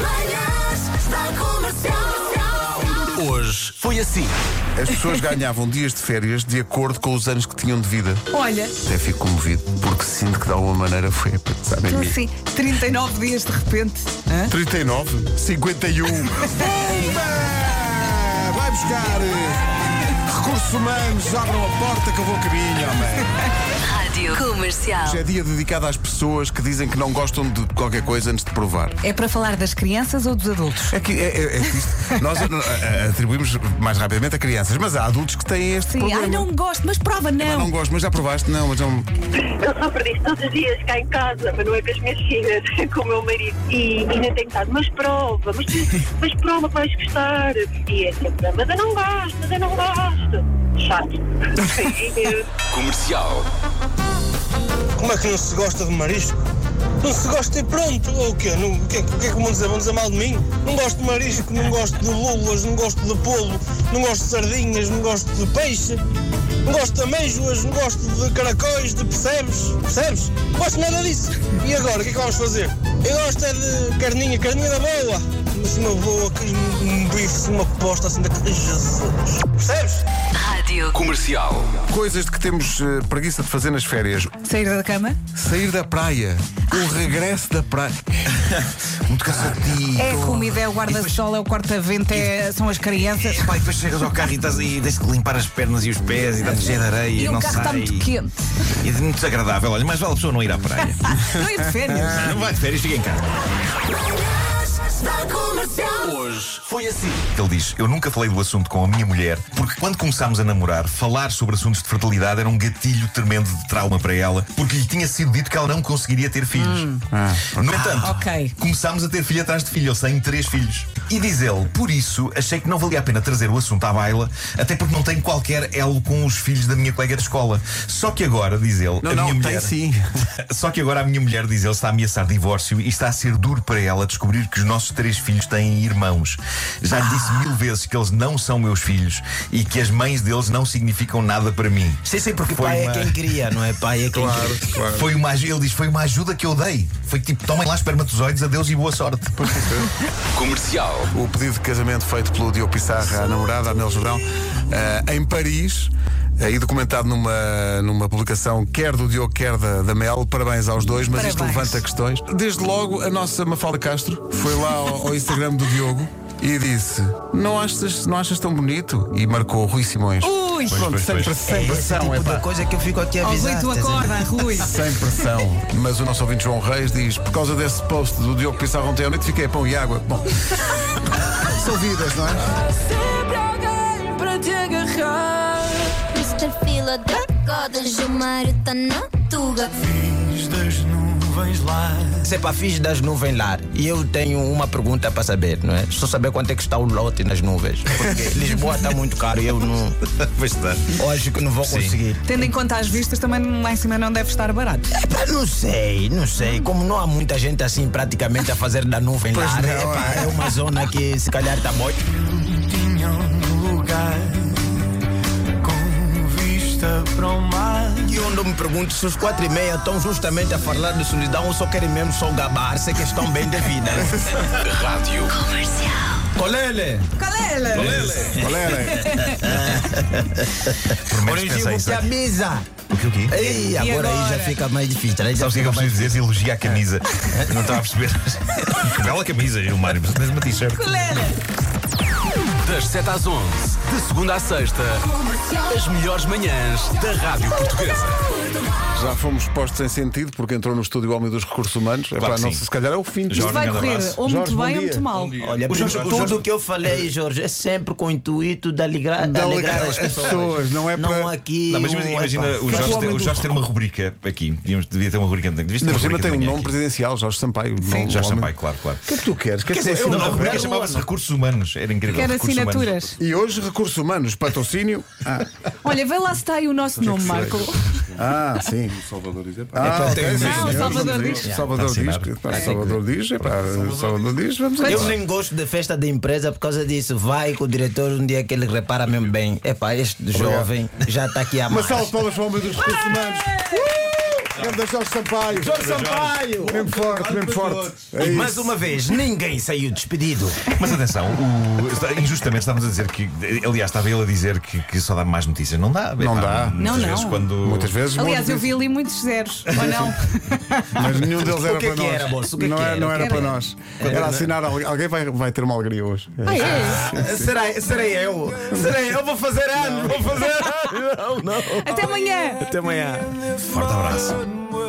Manhãs da Comercial. Hoje foi assim. As pessoas ganhavam dias de férias de acordo com os anos que tinham de vida. Olha, Até fico comovido, porque sinto que de alguma maneira foi a pensar em então mim. assim, 39 dias de repente. hã? 39, 51. Bomba! Vai buscar eh, recursos humanos, abram a porta que eu vou caminho, homem. Rádio Comercial. Hoje é dia dedicado às pessoas que dizem que não gostam de qualquer coisa antes de provar. É para falar das crianças ou dos adultos? É que é, é- é que isto- nós eh, eh, atribuímos mais rapidamente a crianças, mas há adultos que têm este Sim, problema. ai não gosto, mas prova Ah, não não. gosto, mas já provaste? Não, mas não. Eu sofro disso todos os dias cá em casa, mas não é com as minhas filhas, é com o meu marido. E ainda tenho estado, mas prova, mas, tu- mas prova que vais gostar. E é sempre, mas eu não gosto, mas eu não gosto. Chato. Beijinhos. Comercial. Como é que não se gosta de marisco? Não se gosta e pronto. Ou o quê? Não- o, que é, que- o que é que vão dizer? Vão dizer mal de mim? Não gosto de marisco, não gosto de lulas, não gosto de polvo, não gosto de sardinhas, não gosto de peixe, não gosto de amêijoas, não gosto de caracóis, de percebes? Percebes? Não gosto nada disso. E agora, o que é que vamos fazer? Eu gosto é de carninha, carninha da boa. Assim uma boa, que- um bife, assim, uma posta assim da... Jesus. Percebes? Rádio Comercial. Coisas de que temos eh, preguiça de fazer nas férias. Sair da cama? Sair da praia. O regresso da praia. Muito cansativo. É a comida, é o guarda-sol, é o corta-vento, é- são as crianças. Pá, e depois chegas ao carro e, estás, e tens que limpar as pernas e os pés e está cheio de areia E o não carro sai. está muito quente. E é muito desagradável. Olha, mais vale a pessoa não ir à praia. Não ir de férias. não vai de férias, fica em casa. Manhãs da Comercial. Hoje foi assim. Ele diz: Eu nunca falei do assunto com a minha mulher, porque quando começámos a namorar, falar sobre assuntos de fertilidade era um gatilho tremendo de trauma para ela, porque lhe tinha sido dito que ela não conseguiria ter filhos. Ah, No entanto, ok. começámos a ter filho atrás de filho, ou sem três filhos. E diz ele: Por isso, achei que não valia a pena trazer o assunto à baila, até porque não tenho qualquer elo com os filhos da minha colega de escola. Só que agora, diz ele, Não, a não, minha tem mulher. sim. Só que agora a minha mulher diz ele está a ameaçar divórcio e está a ser duro para ela descobrir que os nossos três filhos têm irmãos. Já lhe disse mil vezes que eles não são meus filhos e que as mães deles não significam nada para mim. Sim, sim, porque Foi pai uma- é quem cria, não é? Pai é quem cria. Foi uma, aj- ele diz, foi uma ajuda que eu dei. Foi tipo, tomem lá espermatozoides, adeus e boa sorte. é. Comercial. O pedido de casamento feito pelo Diogo Pissarra à namorada, à Mel Jordão, eh, em Paris, eh, e documentado numa, numa publicação quer do Diogo, quer da, da Mel. Parabéns aos dois, mas isto Parabéns. levanta questões. Desde logo, a nossa Mafalda Castro foi lá ao, ao Instagram do Diogo e disse: não achas, não achas tão bonito? E marcou Rui Simões. Ui! Pronto, Uh! pois, sem, pois. pre- sem É esse pressão, tipo é de pá. coisa que eu fico aqui a Ó, Rui, avisar. tu estás a ver? acorda, Rui. Sem pressão. Mas o nosso ouvinte João Reis diz: por causa desse post do Diogo Pissarra ontem à noite, fiquei a pão e água. Bom, são vidas, não é? Mr. Fila da Goda, Gilmário tá na Tuga. Sei pá, fiz é das nuvens lá. E eu tenho uma pergunta para saber, não é? Só saber quanto é que está o lote nas nuvens. Porque Lisboa está muito caro e eu não. Pois é. está. Hoje que não vou conseguir. Tendo em conta as vistas, também lá em cima não deve estar barato. Epá, não sei, não sei. Como não há muita gente assim praticamente a fazer da nuvem lá, não, epá, é uma zona que se calhar está boa. E onde eu me pergunto se os quatro e meia estão justamente a falar de solidão ou só querem mesmo só gabar, sei que estão bem de vida. é Rádio. Colele! é? Galera! Galera, Por menos Origem você pensei, sabe? avisa! O que o quê? Ei, agora, agora? aí já fica mais difícil. né? Aí já Sabes o que é que eu fica mais preciso dizer? Elogia a camisa. Não estava a perceber. Que É. bela camisa, Mário. Mas tens uma t-shirt. Das 7 às 11. De segunda à sexta. As melhores manhãs da Rádio Portuguesa. já fomos postos sem sentido porque entrou no estúdio o homem dos recursos humanos. É Claro pá, que não sim. sei, se calhar é o fim. Isto Jorge, vai um grande correr abraço. ou muito Jorge, bom bem ou dia. muito mal. Olha, Jorge- tudo o Jorge- que eu falei, Jorge, é sempre com o intuito de alegrar, de alegrar alegrar as as pessoas. pessoas, não é Não para- aqui. Não, mas imagina, um- imagina epá. o, Jorge ter, o Jorge ter uma rubrica aqui. Devíamos- Devia ter uma rubrica. Devias Ainda ter uma por cima rubrica tem de um manhã nome aqui. presidencial, Jorge Sampaio. Não, o Jorge homem- Sampaio, claro, claro. O que é que tu queres? Quer dizer, Não, a eu- rubrica chamava-se Recursos Humanos. Era incrível. Quer Recursos Humanos. assinaturas. E hoje, recursos humanos, patrocínio. Ah, Olha, vê lá se está aí o nosso é nome, Marco. ah, sim. Ah, ok, sim, Ah, senhor. o Salvador diz. Salvador Está diz. assinado. pá, Salvador diz. é pá, Salvador diz. Vamos Eu aí. nem gosto de festa de empresa por causa disso. Vai com o diretor um dia que ele repara mesmo bem. Epá, este jovem já está aqui a Uma mais. salva de palmas para o homem dos recursos humanos. Grande Jorge Sampaio. Jorge Sampaio! Mesmo forte, mesmo forte. É E isso. mais uma vez, ninguém saiu despedido. Mas atenção, o- está- injustamente estamos a dizer que. Aliás, estava ele a dizer que, que só dá mais notícias. Não dá. Não Epá, dá. muitas Não, vezes não. Quando... Muitas vezes. Aliás, bom, eu vi ali muitos zeros, ou não? Mas nenhum deles era que é para que nós. era, moço? O que é não que era, era? não O que era era? para nós. Era assinar. alguém- Alguém vai, vai ter uma alegria hoje. É. Ai, é. Será, serei eu? Serei eu? Vou fazer anos, vou fazer anos. Até amanhã! Até amanhã. Forte abraço. Não.